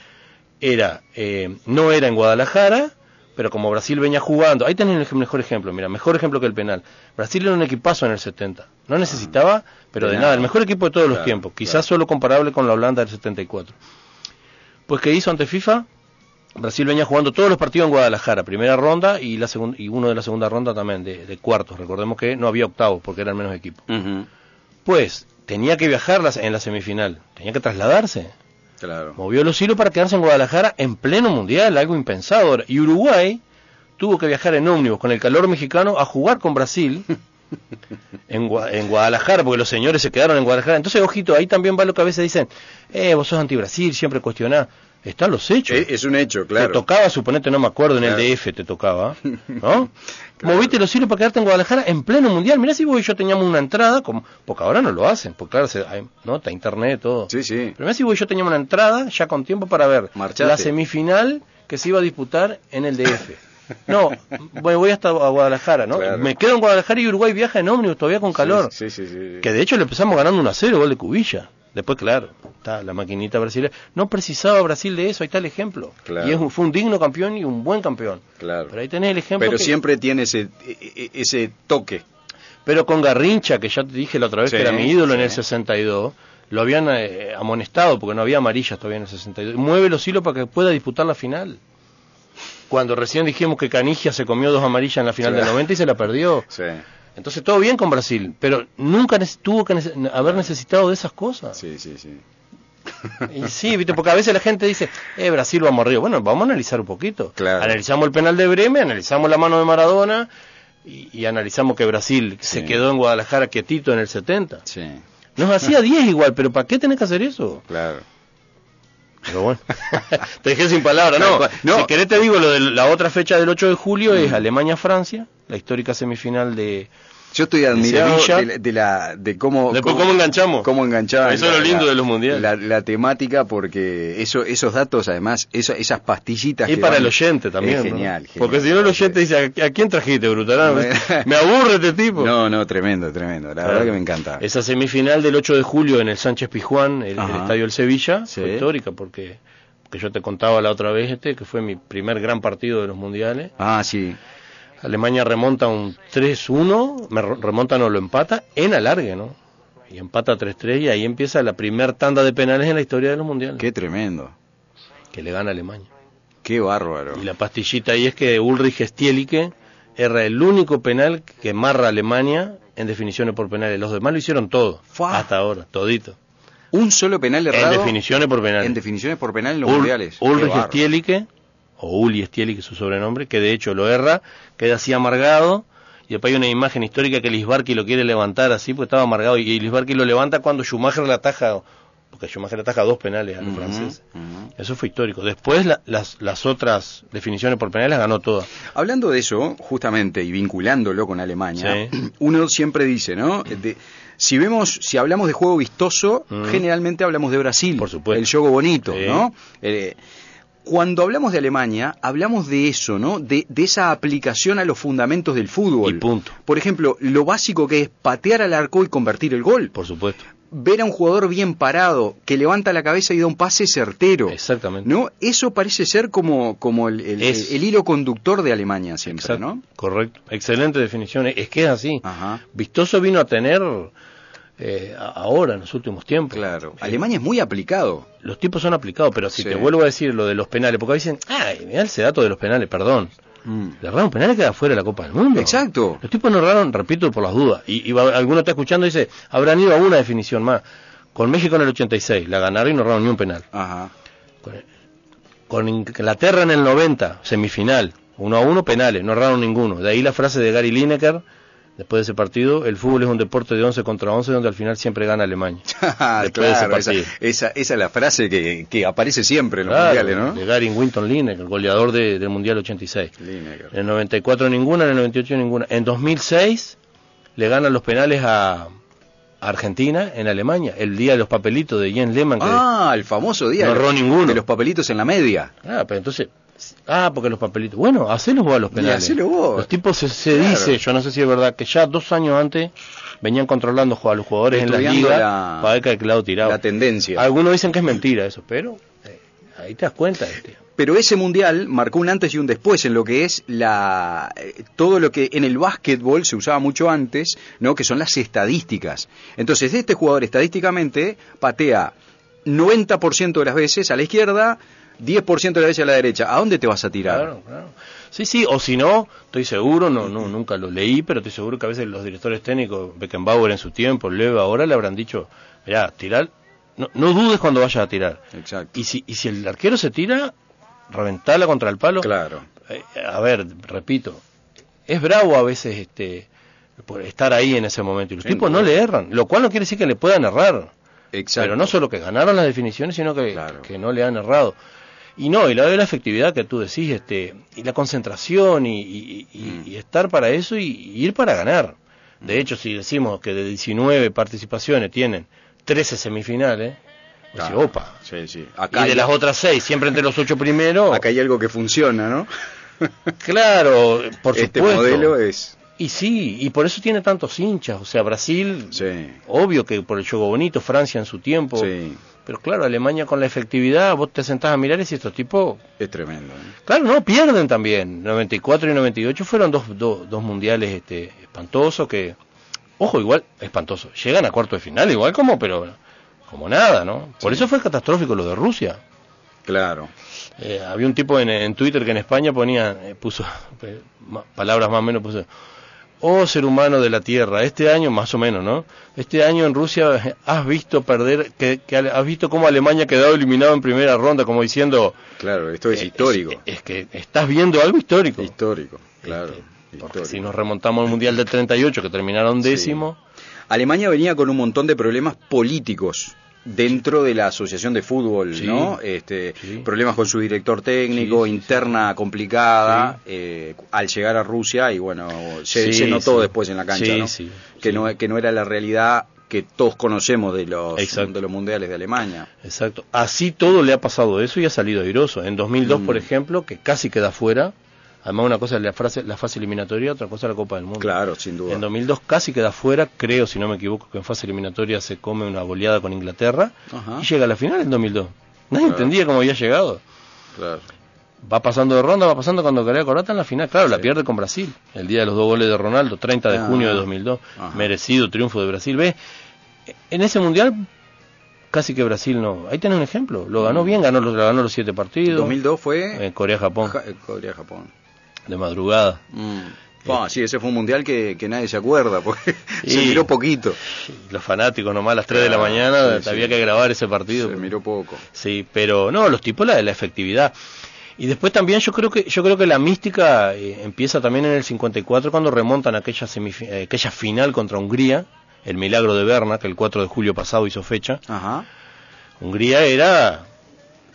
Speaker 3: era eh, no era en Guadalajara, pero como Brasil venía jugando, ahí tenés el ej- mejor ejemplo, mira, mejor ejemplo que el penal. Brasil era un equipazo en el 70, no necesitaba, pero
Speaker 2: de
Speaker 3: de,
Speaker 2: nada.
Speaker 3: nada. el mejor equipo de todos
Speaker 2: Claro,
Speaker 3: los tiempos, quizás
Speaker 2: claro.
Speaker 3: solo comparable con la Holanda del 74. Pues que hizo ante FIFA, Brasil venía jugando todos los partidos en Guadalajara, primera ronda y la segun- y uno de la segunda ronda también de, de cuartos. Recordemos que no había octavos porque eran menos equipos.
Speaker 2: Ujú.
Speaker 3: Pues tenía que viajar las- en la semifinal, tenía que trasladarse.
Speaker 2: Claro.
Speaker 3: Movió los hilos para quedarse en Guadalajara en pleno mundial, algo impensado. Y Uruguay tuvo que viajar en ómnibus con el calor mexicano a jugar con Brasil en, Gua- en Guadalajara, porque los señores se quedaron en Guadalajara. Entonces, ojito, ahí también va lo que a veces dicen, eh, vos sos anti-Brasil, siempre cuestionás. Están los hechos.
Speaker 2: E, Es, es un hecho,
Speaker 3: Te
Speaker 2: claro.
Speaker 3: tocaba, suponete, no me acuerdo, en
Speaker 2: Claro.
Speaker 3: el DF te tocaba, ¿no? Moviste los hilos para quedarte en Guadalajara en pleno mundial. Mirá si vos y yo teníamos una entrada, como, porque ahora no lo hacen, porque claro, se, hay- ¿no? Está internet, todo.
Speaker 2: Sí, sí.
Speaker 3: Pero mirá si vos y yo teníamos una entrada ya con tiempo para ver
Speaker 2: Marchate.
Speaker 3: la semifinal que se iba a disputar en el DF. No, voy, voy hasta a Guadalajara, ¿no?
Speaker 2: Claro.
Speaker 3: Me quedo en Guadalajara y Uruguay viaja en ómnibus todavía con calor.
Speaker 2: Sí, sí, sí. sí.
Speaker 3: Que de hecho le empezamos ganando 1 a 0, gol de Cubilla. Después, claro, está la maquinita brasileña. No precisaba Brasil de eso, ahí está el ejemplo.
Speaker 2: Claro.
Speaker 3: Y es un- fue un digno campeón y un buen campeón.
Speaker 2: Claro.
Speaker 3: Pero ahí tenés el ejemplo.
Speaker 2: Pero
Speaker 3: que-
Speaker 2: siempre tiene ese, e- e- ese toque.
Speaker 3: Pero con Garrincha, que ya te dije la otra vez
Speaker 2: Sí,
Speaker 3: que era mi ídolo en
Speaker 2: sí.
Speaker 3: el 62, lo habían eh, amonestado porque no había amarillas todavía en el 62. Mueve los hilos para que pueda disputar la final. Cuando recién dijimos que Canigia se comió dos amarillas en la final
Speaker 2: Claro.
Speaker 3: del 90 y se la perdió.
Speaker 2: Sí,
Speaker 3: Entonces todo bien con Brasil, pero nunca nece- tuvo que nece- haber necesitado de esas cosas.
Speaker 2: sí, sí. sí.
Speaker 3: Y sí, viste, porque a veces la gente dice, eh, Brasil vamos arriba. Bueno, vamos a analizar un poquito.
Speaker 2: Claro.
Speaker 3: Analizamos el penal de Bremen, analizamos la mano de Maradona y, y analizamos que Brasil
Speaker 2: Sí.
Speaker 3: se quedó en Guadalajara quietito en el 70.
Speaker 2: Sí,
Speaker 3: Nos hacía 10 igual, pero ¿para qué tenés que hacer eso?
Speaker 2: claro.
Speaker 3: Pero bueno, te dejé sin palabras,
Speaker 2: Tal
Speaker 3: no.
Speaker 2: cual. No. Mm.
Speaker 3: Si querés te digo, lo de la otra fecha del 8 de julio es Alemania-Francia, la histórica semifinal de...
Speaker 2: Yo estoy admirado
Speaker 3: Sevilla.
Speaker 2: de, la- de la de cómo
Speaker 3: Después, ¿cómo enganchamos?
Speaker 2: cómo enganchaban
Speaker 3: Eso es
Speaker 2: la-
Speaker 3: lo lindo
Speaker 2: la-
Speaker 3: de los mundiales.
Speaker 2: La, la temática porque eso esos datos además eso- esas pastillitas
Speaker 3: Y
Speaker 2: que
Speaker 3: para
Speaker 2: van-
Speaker 3: el oyente también.
Speaker 2: es
Speaker 3: ¿no?
Speaker 2: genial,
Speaker 3: Porque si no el oyente dice, ¿a a quién trajiste, Brutalán?
Speaker 2: Bueno.
Speaker 3: Me aburre este tipo.
Speaker 2: No, no, tremendo, tremendo. La verdad que me encanta.
Speaker 3: Esa semifinal del 8 de julio en el Sánchez Pizjuán, el, el
Speaker 2: Ajá.
Speaker 3: estadio del Sevilla,
Speaker 2: Sí.
Speaker 3: fue histórica porque que yo te contaba la otra vez este que fue mi primer gran partido de los mundiales.
Speaker 2: Ah, sí.
Speaker 3: Alemania remonta un 3-1, me re- remonta no lo empata en alargue, ¿no? Y empata 3-3 y ahí empieza la primer tanda de penales en la historia de los mundiales
Speaker 2: Qué tremendo.
Speaker 3: que le gana a Alemania.
Speaker 2: Qué bárbaro.
Speaker 3: Y la pastillita ahí es que Ulrich Stielicke era el único penal que marra a Alemania en definiciones por penales. Los demás lo hicieron todo,
Speaker 2: Fua.
Speaker 3: hasta ahora, todito.
Speaker 2: Un solo penal
Speaker 3: En
Speaker 2: errado.
Speaker 3: definiciones por penales.
Speaker 2: en definiciones por penal en los
Speaker 3: Ul-
Speaker 2: mundiales. Qué
Speaker 3: Ulrich
Speaker 2: bárbaro.
Speaker 3: Stielicke, o Uli Stielicke es su sobrenombre, que de hecho lo erra, queda así amargado. Y después hay una imagen histórica que Lisbarki lo quiere levantar así, porque estaba amargado. Y Lisbarki lo levanta cuando Schumacher le ataja, porque Schumacher le ataja dos penales a los
Speaker 2: Ujú,
Speaker 3: franceses.
Speaker 2: ujú.
Speaker 3: Eso fue histórico. Después la- las, las otras definiciones por penales las ganó todas.
Speaker 2: Hablando de eso, justamente, y vinculándolo con Alemania,
Speaker 3: Sí.
Speaker 2: uno siempre dice, ¿no? De- si vemos, si hablamos de juego vistoso,
Speaker 3: Mm.
Speaker 2: generalmente hablamos de Brasil,
Speaker 3: Por supuesto.
Speaker 2: el juego bonito,
Speaker 3: Sí.
Speaker 2: ¿no? Eh, cuando hablamos de Alemania, hablamos de eso, ¿no? De, de esa aplicación a los fundamentos del fútbol.
Speaker 3: Y punto.
Speaker 2: Por ejemplo, lo básico que es patear al arco y convertir el gol.
Speaker 3: Por supuesto.
Speaker 2: Ver a un jugador bien parado, que levanta la cabeza y da un pase certero.
Speaker 3: Exactamente.
Speaker 2: ¿No? Eso parece ser como, como el, el-
Speaker 3: Es.
Speaker 2: el hilo conductor de Alemania siempre,
Speaker 3: Exacto.
Speaker 2: ¿no? Ah.
Speaker 3: Correcto. Excelente definición. Es que es así.
Speaker 2: Ajá.
Speaker 3: Vistoso vino a tener eh, a- ahora, en los últimos tiempos.
Speaker 2: Claro.
Speaker 3: Eh,
Speaker 2: Alemania es muy aplicado.
Speaker 3: los tipos son aplicados, pero si
Speaker 2: Sí.
Speaker 3: te vuelvo a decir lo de los penales, porque dicen, ay, mirá ese dato de los penales, perdón. Le erraron un penal y queda fuera de la Copa del Mundo.
Speaker 2: Exacto.
Speaker 3: Los tipos no erraron, repito, por las dudas. Y, y va- alguno está escuchando y dice, habrán ido a una definición más. Con México en el 86, la ganaron y no erraron ni un penal.
Speaker 2: Ajá.
Speaker 3: Con, con Inglaterra en el 90, semifinal, 1 a 1, penales, no erraron ninguno. De ahí la frase de Gary Lineker, después de ese partido, el fútbol es un deporte de 11 contra 11 donde al final siempre gana Alemania. Después de ese
Speaker 2: claro, esa,
Speaker 3: partido.
Speaker 2: esa, esa es la frase que, que aparece siempre en los
Speaker 3: Claro, Eh,
Speaker 2: mundiales, ¿no?
Speaker 3: De Gary Winton Lineker, goleador de- del Mundial 86.
Speaker 2: Lineker.
Speaker 3: En el 94 ninguna, en el 98 ninguna. En 2006 le ganan los penales a a Argentina en Alemania, el día de los papelitos de Jens Lehmann. que-
Speaker 2: Ah, el famoso día
Speaker 3: No
Speaker 2: de-
Speaker 3: erró ninguno.
Speaker 2: de los papelitos en la media.
Speaker 3: Ah, pero entonces. Ah, porque los papelitos. Bueno, hacelos vos a los penales.
Speaker 2: hacelo vos.
Speaker 3: Los tipos se, se
Speaker 2: Claro.
Speaker 3: dice, yo no sé si es verdad, que ya dos años antes venían controlando a los jugadores en la
Speaker 2: Estudiando
Speaker 3: liga
Speaker 2: la-
Speaker 3: para ver calculado tirado.
Speaker 2: La tendencia.
Speaker 3: Algunos dicen que es mentira eso, pero eh, ahí te das cuenta. Este.
Speaker 2: Pero ese mundial marcó un antes y un después en lo que es la eh, todo lo que en el básquetbol se usaba mucho antes, ¿no? que son las estadísticas. Entonces, este jugador estadísticamente patea 90% de las veces a la izquierda, 10% de las veces a la derecha. ¿A dónde te vas a tirar?
Speaker 3: Claro, claro. Sí, sí, o si no, estoy seguro, no, no, nunca lo leí, pero estoy seguro que a veces los directores técnicos, Beckenbauer en su tiempo, Leva ahora, le habrán dicho, mirá, tirar, no, no dudes cuando vayas a tirar.
Speaker 2: Exacto.
Speaker 3: Y si, y si el arquero se tira, reventarla contra el palo.
Speaker 2: Claro.
Speaker 3: Eh, a ver, repito, es bravo a veces este por estar ahí en ese momento. Y los
Speaker 2: Sin
Speaker 3: tipos no
Speaker 2: duda.
Speaker 3: le erran, lo cual no quiere decir que le puedan errar.
Speaker 2: Exacto.
Speaker 3: Pero no solo que ganaron las definiciones, sino que,
Speaker 2: Claro.
Speaker 3: que no le han errado. Y no, y la de la efectividad que tú decís, este, y la concentración y, y- y-
Speaker 2: Mm.
Speaker 3: y estar para eso y, y ir para ganar. De hecho, si decimos que de 19 participaciones tienen 13 semifinales, pues
Speaker 2: Claro.
Speaker 3: sí, opa.
Speaker 2: Sí, sí.
Speaker 3: y de
Speaker 2: hay-
Speaker 3: las otras 6, siempre entre los 8 primeros.
Speaker 2: acá hay algo que funciona, ¿no?
Speaker 3: Claro, por
Speaker 2: este
Speaker 3: supuesto.
Speaker 2: modelo es.
Speaker 3: Y sí, y por eso tiene tantos hinchas. O sea, Brasil,
Speaker 2: Sí.
Speaker 3: obvio que por el juego bonito, Francia en su tiempo.
Speaker 2: Sí.
Speaker 3: Pero claro, Alemania con la efectividad, vos te sentás a mirar y si estos tipos.
Speaker 2: Es tremendo. ¿eh?
Speaker 3: Claro, no, pierden también. 94 y 98 fueron dos, dos, dos mundiales este, espantosos que. Ojo, igual, espantoso. Llegan a cuarto de final, igual como, pero. Como nada, ¿no? Por eso fue catastrófico lo de Rusia.
Speaker 2: Claro.
Speaker 3: Eh, había un tipo en, en Twitter que en España ponía, eh, puso eh, ma- palabras más o menos, puso, oh ser humano de la Tierra, este año más o menos, ¿no? Este año en Rusia has visto perder, que, que Ale- has visto cómo Alemania ha quedado eliminado en primera ronda, como diciendo,
Speaker 2: Claro, esto es
Speaker 3: eh,
Speaker 2: Pues histórico.
Speaker 3: Es, es que estás viendo algo histórico.
Speaker 2: Histórico, claro.
Speaker 3: Este, porque
Speaker 2: histórico.
Speaker 3: si nos remontamos al Mundial del 38, que terminaron
Speaker 2: Sí.
Speaker 3: décimo,
Speaker 2: Alemania venía con un montón de problemas políticos dentro de la asociación de fútbol,
Speaker 3: Sí.
Speaker 2: ¿no? Este,
Speaker 3: Sí.
Speaker 2: Problemas con su director técnico,
Speaker 3: Sí, sí,
Speaker 2: interna complicada, eh, al llegar a Rusia y bueno, se,
Speaker 3: Sí,
Speaker 2: se notó
Speaker 3: sí.
Speaker 2: después en la cancha,
Speaker 3: Sí,
Speaker 2: ¿no?
Speaker 3: sí,
Speaker 2: que
Speaker 3: sí.
Speaker 2: no que no era la realidad que todos conocemos de los
Speaker 3: Exacto.
Speaker 2: de los mundiales de Alemania.
Speaker 3: Exacto. Así todo le ha pasado eso y ha salido airoso. En 2002,
Speaker 2: Mm.
Speaker 3: por ejemplo, que casi queda fuera. Además, una cosa es la, frase- la fase eliminatoria, otra cosa es la Copa del Mundo.
Speaker 2: Claro, sin duda.
Speaker 3: En 2002 casi queda fuera, creo, si no me equivoco, que en fase eliminatoria se come una goleada con Inglaterra
Speaker 2: Ajá.
Speaker 3: y llega a la final en 2002. Nadie
Speaker 2: Claro.
Speaker 3: entendía cómo había llegado.
Speaker 2: Claro.
Speaker 3: Va pasando de ronda, va pasando cuando Corea Corata en la final. Claro, la pierde con Brasil. El día de los dos goles de Ronaldo, 30 de
Speaker 2: Ah.
Speaker 3: junio de 2002.
Speaker 2: Ajá.
Speaker 3: Merecido triunfo de Brasil. ¿Ves? En ese mundial, casi que Brasil no. Ahí tenés un ejemplo. Lo ganó bien, ganó, los- ganó los siete partidos.
Speaker 2: 2002 fue
Speaker 3: En Corea-Japón,
Speaker 2: Ja- eh, Corea-Japón.
Speaker 3: de madrugada.
Speaker 2: Mm. Ah, sí, ese fue un mundial que, que nadie se acuerda, porque se
Speaker 3: Y-
Speaker 2: miró poquito.
Speaker 3: Los fanáticos nomás a las 3 de la
Speaker 2: Claro,
Speaker 3: mañana
Speaker 2: sí, sí.
Speaker 3: había que grabar ese partido.
Speaker 2: Se miró poco.
Speaker 3: Sí, pero no, los tipos la de la efectividad. Y después también yo creo que yo creo que la mística eh, empieza también en el 54 cuando remontan aquella semifi- eh, aquella final contra Hungría, el milagro de Berna que el 4 de julio pasado hizo fecha.
Speaker 2: Ajá.
Speaker 3: Hungría era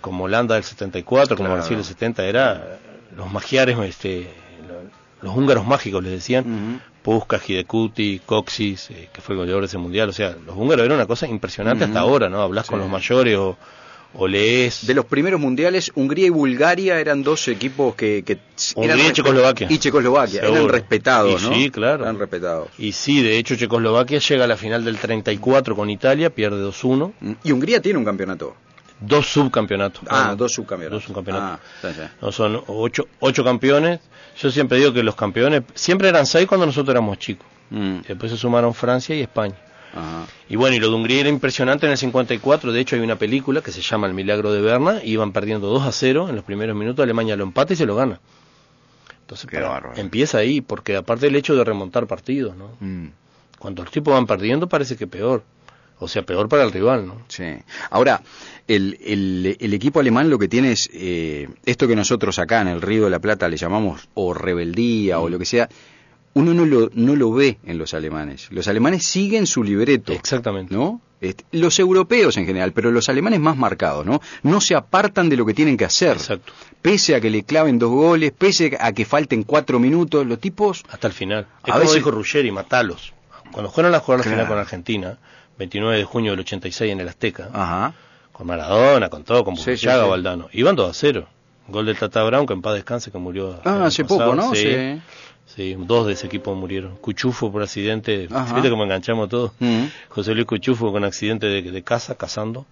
Speaker 3: como Holanda del 74, como
Speaker 2: Claro.
Speaker 3: Brasil del 70, era los magiares este lo- los húngaros mágicos les decían.
Speaker 2: Ujú.
Speaker 3: Puskas, Hidekuti, Coxis, eh, que fue el goleador de ese mundial. O sea, los húngaros era una cosa impresionante
Speaker 2: Ujú.
Speaker 3: hasta ahora, ¿no? Hablas con
Speaker 2: Mm. Sí.
Speaker 3: los mayores o, o lees.
Speaker 2: De los primeros mundiales, Hungría y Bulgaria eran dos equipos que, que
Speaker 3: Hungría
Speaker 2: eran
Speaker 3: y
Speaker 2: respe-
Speaker 3: Checoslovaquia.
Speaker 2: Y Checoslovaquia, eran
Speaker 3: Seguro.
Speaker 2: respetados,
Speaker 3: Y
Speaker 2: ¿no?
Speaker 3: sí, claro.
Speaker 2: Eran respetados.
Speaker 3: Y sí, de hecho, Checoslovaquia llega a la final del 34 con Italia, pierde 2-1.
Speaker 2: Mm. Y Hungría tiene un campeonato.
Speaker 3: Dos subcampeonatos.
Speaker 2: Ah,
Speaker 3: Bueno,
Speaker 2: dos subcampeonatos.
Speaker 3: Dos
Speaker 2: Ah,
Speaker 3: subcampeonatos.
Speaker 2: está bien.
Speaker 3: No, son ocho, ocho campeones. Yo siempre digo que los campeones siempre eran seis cuando nosotros éramos chicos.
Speaker 2: Mm.
Speaker 3: Después se sumaron Francia y España.
Speaker 2: Ajá.
Speaker 3: Y bueno, y lo de Hungría era impresionante en el 54. De hecho, hay una película que se llama El Milagro de Berna. y Iban perdiendo 2 a 0 en los primeros minutos. Alemania lo empata y se lo gana. Entonces,
Speaker 2: Qué
Speaker 3: para-
Speaker 2: bárbaro.
Speaker 3: empieza ahí, porque aparte el hecho de remontar partidos, ¿no?
Speaker 2: Mm.
Speaker 3: Cuando los tipos van perdiendo, parece que peor. O sea, peor para el rival, ¿no?
Speaker 2: Sí. Ahora, el, el- el equipo alemán lo que tiene es eh, esto que nosotros acá en el Río de la Plata le llamamos o rebeldía o lo que sea. Uno no lo, no lo ve en los alemanes. Los alemanes siguen su libreto.
Speaker 3: Exactamente.
Speaker 2: ¿No? Este, los europeos en general, pero los alemanes más marcados, ¿no? No se apartan de lo que tienen que hacer.
Speaker 3: Exacto.
Speaker 2: Pese a que le claven dos goles, pese a que falten cuatro minutos, los tipos.
Speaker 3: Hasta el final.
Speaker 2: A
Speaker 3: Es como
Speaker 2: veces-
Speaker 3: dijo Ruggeri, matalos. Cuando fueron a jugar la
Speaker 2: Claro.
Speaker 3: final con Argentina, 29 de junio del 86 en el Azteca,
Speaker 2: Ajá.
Speaker 3: con Maradona, con todo, con
Speaker 2: Ah. Sí, sí,
Speaker 3: Burruchaga,
Speaker 2: sí.
Speaker 3: Valdano, iban 2 a 0. Gol del Tata Brown, que en paz descanse, que murió. el
Speaker 2: Ah,
Speaker 3: año
Speaker 2: hace
Speaker 3: pasado.
Speaker 2: poco, ¿no?
Speaker 3: Sí,
Speaker 2: Sí.
Speaker 3: sí, dos de ese equipo murieron. Cuchufo por accidente,
Speaker 2: Ajá.
Speaker 3: viste cómo enganchamos todos.
Speaker 2: Mm.
Speaker 3: José Luis Cuchufo con accidente de, de casa, cazando.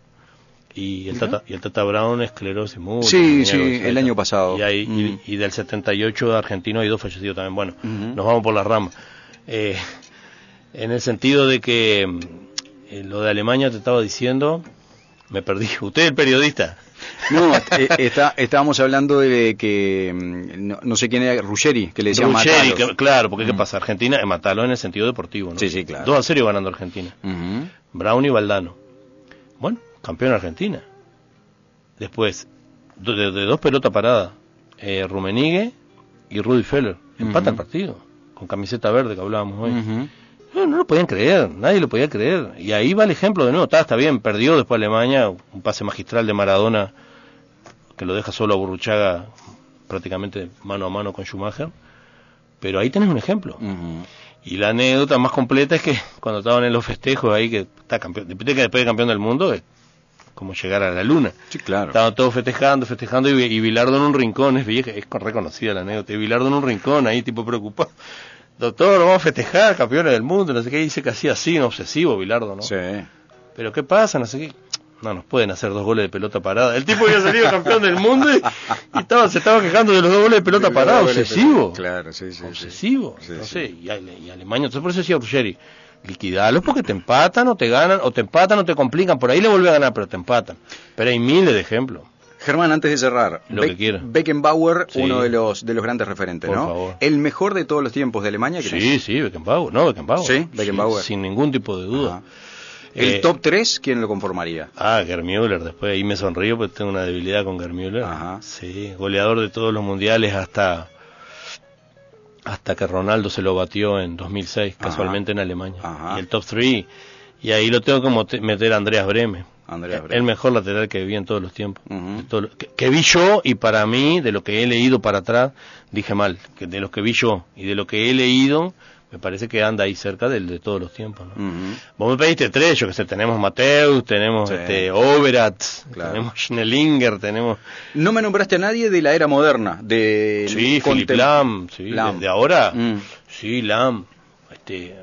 Speaker 3: Y el,
Speaker 2: Mirá.
Speaker 3: tata, y el Tata Brown esclerosis múltiple.
Speaker 2: Sí,
Speaker 3: tenía
Speaker 2: sí,
Speaker 3: algo así.
Speaker 2: el año pasado.
Speaker 3: Y, ahí- y-
Speaker 2: Mm.
Speaker 3: y del 78 argentino hay dos fallecidos también. Bueno,
Speaker 2: Ujú.
Speaker 3: nos vamos por las ramas. Eh, en el sentido de que mm, eh, lo de Alemania te estaba diciendo, me perdí. Usted es el periodista.
Speaker 2: No, eh, está- estábamos hablando de que. mm, No, no sé quién era, Ruggeri, que le decía
Speaker 3: Ruggeri,
Speaker 2: matalos.
Speaker 3: que- claro, porque ¿qué pasa? Argentina, eh, matalo en el sentido deportivo, ¿no?
Speaker 2: Sí, sí, claro.
Speaker 3: 2 a 0 ganando Argentina.
Speaker 2: Ujú.
Speaker 3: Brown y Valdano. Bueno, campeón Argentina. Después, de, de- de dos pelotas paradas, eh, Rumenigue y Rudy Feller.
Speaker 2: Ujú.
Speaker 3: Empata el partido, con camiseta verde que hablábamos hoy.
Speaker 2: Ujú.
Speaker 3: No, no lo podían creer, nadie lo podía creer. Y ahí va el ejemplo de nuevo. Está, está bien, perdió después Alemania, un pase magistral de Maradona que lo deja solo a Burruchaga prácticamente mano a mano con Schumacher. Pero ahí tenés un ejemplo.
Speaker 2: Ujú.
Speaker 3: Y la anécdota más completa es que cuando estaban en los festejos ahí, que está campeón, después de que después de campeón del mundo, es como llegar a la luna.
Speaker 2: Sí, claro.
Speaker 3: Estaban todos festejando, festejando, y, y Bilardo en un rincón, es vieja, es reconocida la anécdota, y Bilardo en un rincón, ahí tipo preocupado. Doctor, vamos a festejar, campeones del mundo, no sé qué, y dice que hacía así, un obsesivo Bilardo, ¿no?
Speaker 2: Sí.
Speaker 3: Pero ¿qué pasa? No sé qué. No nos pueden hacer dos goles de pelota parada. El tipo había salido campeón del mundo y, y estaba, se estaba quejando de los dos goles de pelota
Speaker 2: Claro,
Speaker 3: parada,
Speaker 2: vale, pero-
Speaker 3: obsesivo
Speaker 2: Claro, sí, sí, sí.
Speaker 3: obsesivo.
Speaker 2: Sí,
Speaker 3: no
Speaker 2: sí.
Speaker 3: sé, y, Ale- y Alemania, entonces por eso decía Ruggeri, liquidalos porque te empatan o te ganan, o te empatan o te complican, por ahí le vuelve a ganar, pero te empatan. Pero hay miles de ejemplos.
Speaker 2: Germán, antes de cerrar,
Speaker 3: Lo que quiera.
Speaker 2: Beckenbauer,
Speaker 3: Sí.
Speaker 2: uno de los, de los grandes referentes,
Speaker 3: Por
Speaker 2: ¿no?
Speaker 3: favor.
Speaker 2: El mejor de todos los tiempos de Alemania. ¿crees?
Speaker 3: Sí, sí, Beckenbauer, no, Beckenbauer.
Speaker 2: Sí, Beckenbauer.
Speaker 3: sin ningún tipo de duda.
Speaker 2: Ajá. El
Speaker 3: Eh,
Speaker 2: top 3, ¿quién lo conformaría?
Speaker 3: Ah, Germüller, después ahí me sonrío porque tengo una debilidad con Germüller.
Speaker 2: Ajá.
Speaker 3: Sí, goleador de todos los mundiales hasta hasta que Ronaldo se lo batió en 2006,
Speaker 2: Ajá.
Speaker 3: casualmente en Alemania.
Speaker 2: Ajá.
Speaker 3: Y el top 3, y ahí lo tengo que mote- meter a Andreas Breme.
Speaker 2: Andreas
Speaker 3: Eh, El-
Speaker 2: Breme.
Speaker 3: El mejor lateral que vi en todos los tiempos.
Speaker 2: Ujú.
Speaker 3: De todo lo- que, que vi yo y para mí, de lo que he leído para atrás, dije mal, que de los que vi yo y de lo que he leído, me parece que anda ahí cerca del de todos los tiempos. ¿no?
Speaker 2: Ujú.
Speaker 3: Vos me pediste tres, yo que sé, tenemos Mateus, tenemos
Speaker 2: Sí.
Speaker 3: este, Oberat,
Speaker 2: Claro.
Speaker 3: tenemos Schnellinger, tenemos...
Speaker 2: No me nombraste a nadie de la era moderna, de
Speaker 3: sí, Philip
Speaker 2: contem-
Speaker 3: Lam, sí,
Speaker 2: Lam.
Speaker 3: desde ahora,
Speaker 2: Mm.
Speaker 3: sí, Lam, este,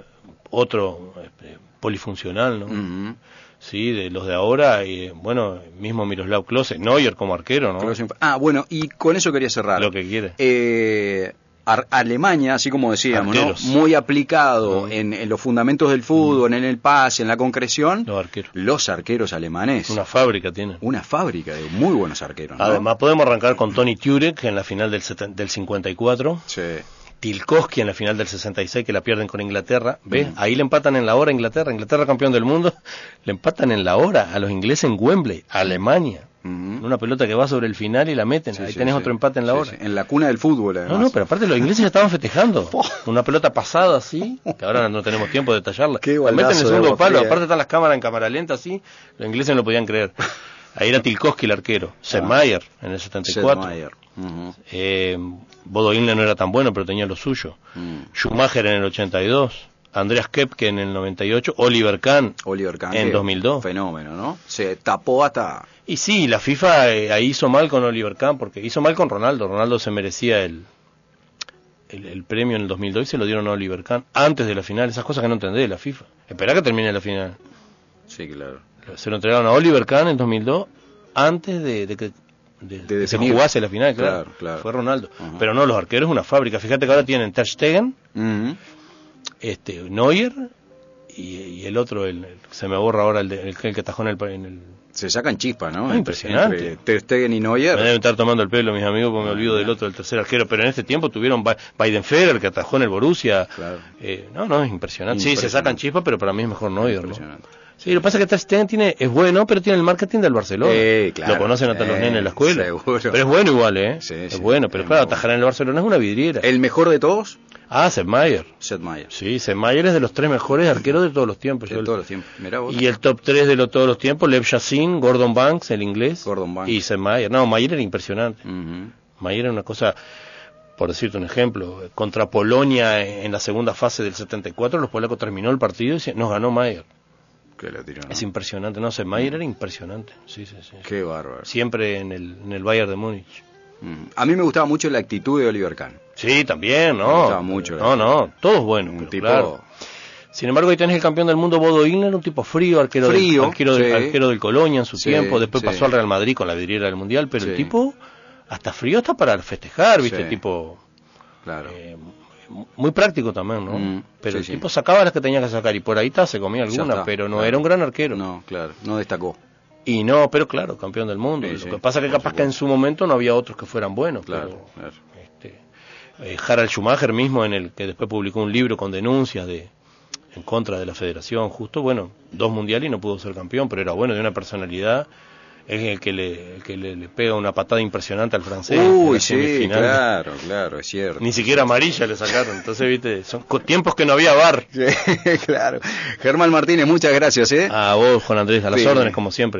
Speaker 3: otro este, polifuncional, ¿no?
Speaker 2: Ujú.
Speaker 3: Sí, de los de ahora, y, bueno, mismo Miroslav Klose, Neuer como arquero, ¿no?
Speaker 2: Close in- Ah, bueno, y con eso quería cerrar.
Speaker 3: Lo que quiere.
Speaker 2: Eh, Ar- Alemania, así como decíamos, ¿no?
Speaker 3: Arqueros.
Speaker 2: muy aplicado
Speaker 3: Mm.
Speaker 2: en, en los fundamentos del fútbol, en el pase, en la concreción,
Speaker 3: Los arqueros.
Speaker 2: los arqueros alemanes.
Speaker 3: Una fábrica tiene.
Speaker 2: Una fábrica de muy buenos arqueros. ¿no?
Speaker 3: Además, podemos arrancar con Tony Turek en la final del, seten- del 54.
Speaker 2: Sí.
Speaker 3: Tilkowski en la final del 66 que la pierden con Inglaterra. ¿Ves?
Speaker 2: Mm.
Speaker 3: Ahí le empatan en la hora a Inglaterra. Inglaterra campeón del mundo. Le empatan en la hora a los ingleses en Wembley, a Alemania.
Speaker 2: Ujú.
Speaker 3: Una pelota que va sobre el final y la meten.
Speaker 2: Mm. Sí,
Speaker 3: Ahí
Speaker 2: sí,
Speaker 3: tenés
Speaker 2: sí.
Speaker 3: otro empate en la
Speaker 2: Sí,
Speaker 3: hora.
Speaker 2: sí. En la cuna del fútbol, además.
Speaker 3: No, no, pero aparte los ingleses ya estaban festejando. Una pelota pasada así, que ahora no tenemos tiempo de detallarla.
Speaker 2: Qué
Speaker 3: la meten en
Speaker 2: baldazo
Speaker 3: el
Speaker 2: de
Speaker 3: segundo
Speaker 2: agua
Speaker 3: palo,
Speaker 2: fría.
Speaker 3: aparte están las cámaras en cámara lenta así, los ingleses no lo podían creer. Ahí era Tilkowski el
Speaker 2: Ah.
Speaker 3: arquero, Sedmayer en el 74.
Speaker 2: Sedmayr. Ujú.
Speaker 3: Eh, Bodo Inle no era tan bueno, pero tenía lo suyo.
Speaker 2: Mm.
Speaker 3: Schumacher en el 82, Andreas Kepke en el 98, Oliver Kahn.
Speaker 2: Oliver Kahn.
Speaker 3: En
Speaker 2: que
Speaker 3: 2002.
Speaker 2: Fenómeno, ¿no? Se tapó hasta...
Speaker 3: Y sí, la FIFA eh, ahí hizo mal con Oliver Kahn porque hizo mal con Ronaldo. Ronaldo se merecía el, el, el premio en el 2002 y se lo dieron a Oliver Kahn antes de la final. Esas cosas que no entendés de la FIFA. Esperá que termine la final.
Speaker 2: Sí, claro.
Speaker 3: Se lo entregaron a Oliver Kahn en 2002 antes de, de que de- que se
Speaker 2: definir.
Speaker 3: jugase la final, claro.
Speaker 2: Claro, claro.
Speaker 3: Fue Ronaldo.
Speaker 2: Ajá.
Speaker 3: Pero no, los arqueros es una fábrica. Fíjate que ahora tienen Ter Stegen,
Speaker 2: Ujú.
Speaker 3: este, Neuer y, y el otro, el, el- se me borra ahora el, de- el, el que tajó en el... En el
Speaker 2: Se sacan chispa, ¿no?
Speaker 3: Ah, impresionante.
Speaker 2: Entre Ter Stegen y
Speaker 3: me
Speaker 2: Neuer.
Speaker 3: deben estar tomando el pelo mis amigos porque me olvido del otro, del tercer arquero, pero en este tiempo tuvieron Ba- Weidenfeller que atajó en el Borussia.
Speaker 2: Claro.
Speaker 3: Eh, no, no, es impresionante. Sí, se
Speaker 2: Impresionante.
Speaker 3: sacan chispas, pero para mí es mejor Neuer. ¿no?
Speaker 2: Impresionante.
Speaker 3: Sí, lo que pasa es que Ter Stegen tiene, es bueno, pero tiene el marketing del Barcelona.
Speaker 2: Eh, claro.
Speaker 3: Lo conocen hasta los
Speaker 2: Eh,
Speaker 3: nenes en la escuela.
Speaker 2: seguro.
Speaker 3: Pero es bueno igual, ¿eh?
Speaker 2: Sí,
Speaker 3: es
Speaker 2: sí,
Speaker 3: bueno, pero
Speaker 2: es muy
Speaker 3: claro,
Speaker 2: bueno. Eh.
Speaker 3: atajar en el Barcelona es una vidriera.
Speaker 2: ¿El mejor de todos?
Speaker 3: Ah, Seppmayer.
Speaker 2: Seth Meyer.
Speaker 3: Sí, Seppmayer es de los tres mejores arqueros de todos los tiempos.
Speaker 2: De
Speaker 3: Yo-
Speaker 2: todos los tiempos. Mirá vos.
Speaker 3: Y el top 3 de lo, todos los tiempos, Lev Yassin, Gordon Banks, el inglés,
Speaker 2: Gordon Banks.
Speaker 3: y Sepp Maier. No, Maier era impresionante.
Speaker 2: Ujú.
Speaker 3: Maier era una cosa, por decirte un ejemplo, eh, contra Polonia en en la segunda fase del 74, los polacos terminó el partido y se- nos ganó Maier.
Speaker 2: Que lo tiró, ¿no?
Speaker 3: Es impresionante, no sé, Maier era impresionante. Sí, sí, sí.
Speaker 2: Qué bárbaro.
Speaker 3: Siempre en el, en el Bayern de Múnich.
Speaker 2: Mm. A mí me gustaba mucho la actitud de Oliver Kahn.
Speaker 3: Sí, también,
Speaker 2: Me
Speaker 3: ¿no?
Speaker 2: gustaba mucho.
Speaker 3: no, no, todos buenos.
Speaker 2: Un
Speaker 3: pero
Speaker 2: tipo
Speaker 3: claro. Sin embargo, ahí tenés el campeón del mundo, Bodo Illner, un tipo frío, arquero,
Speaker 2: Frío,
Speaker 3: del, arquero, del,
Speaker 2: sí.
Speaker 3: arquero del Colonia en su
Speaker 2: Sí,
Speaker 3: tiempo. Después
Speaker 2: sí.
Speaker 3: pasó al Real Madrid con la vidriera del Mundial, pero el
Speaker 2: Sí.
Speaker 3: tipo, hasta frío, hasta para festejar, ¿viste?
Speaker 2: Sí.
Speaker 3: Tipo,
Speaker 2: claro.
Speaker 3: eh, muy práctico también, ¿no?
Speaker 2: Mm,
Speaker 3: pero
Speaker 2: sí,
Speaker 3: el
Speaker 2: sí.
Speaker 3: tipo sacaba las que tenía que sacar y por ahí está, se comía
Speaker 2: Ya
Speaker 3: alguna,
Speaker 2: está,
Speaker 3: pero no
Speaker 2: claro.
Speaker 3: era un gran arquero.
Speaker 2: No, claro. No destacó.
Speaker 3: Y no, pero claro, campeón del mundo.
Speaker 2: Sí,
Speaker 3: Lo
Speaker 2: sí,
Speaker 3: que pasa que
Speaker 2: por
Speaker 3: capaz que en su momento no había otros que fueran buenos.
Speaker 2: Claro,
Speaker 3: pero,
Speaker 2: claro.
Speaker 3: este, eh, Harald Schumacher mismo, en el que después publicó un libro con denuncias de en contra de la federación, justo, bueno, dos mundiales y no pudo ser campeón, pero era bueno, de una personalidad es el que le, el que le, le pega una patada impresionante al francés. en
Speaker 2: Uy,
Speaker 3: la
Speaker 2: sí,
Speaker 3: semifinal.
Speaker 2: claro, claro, es cierto.
Speaker 3: Ni siquiera amarilla le sacaron. Entonces, viste, son co- tiempos que no había bar.
Speaker 2: Sí, claro. Germán Martínez, muchas gracias, ¿eh?
Speaker 3: Ah, A vos, Juan Andrés, a las
Speaker 2: Sí.
Speaker 3: órdenes, como siempre.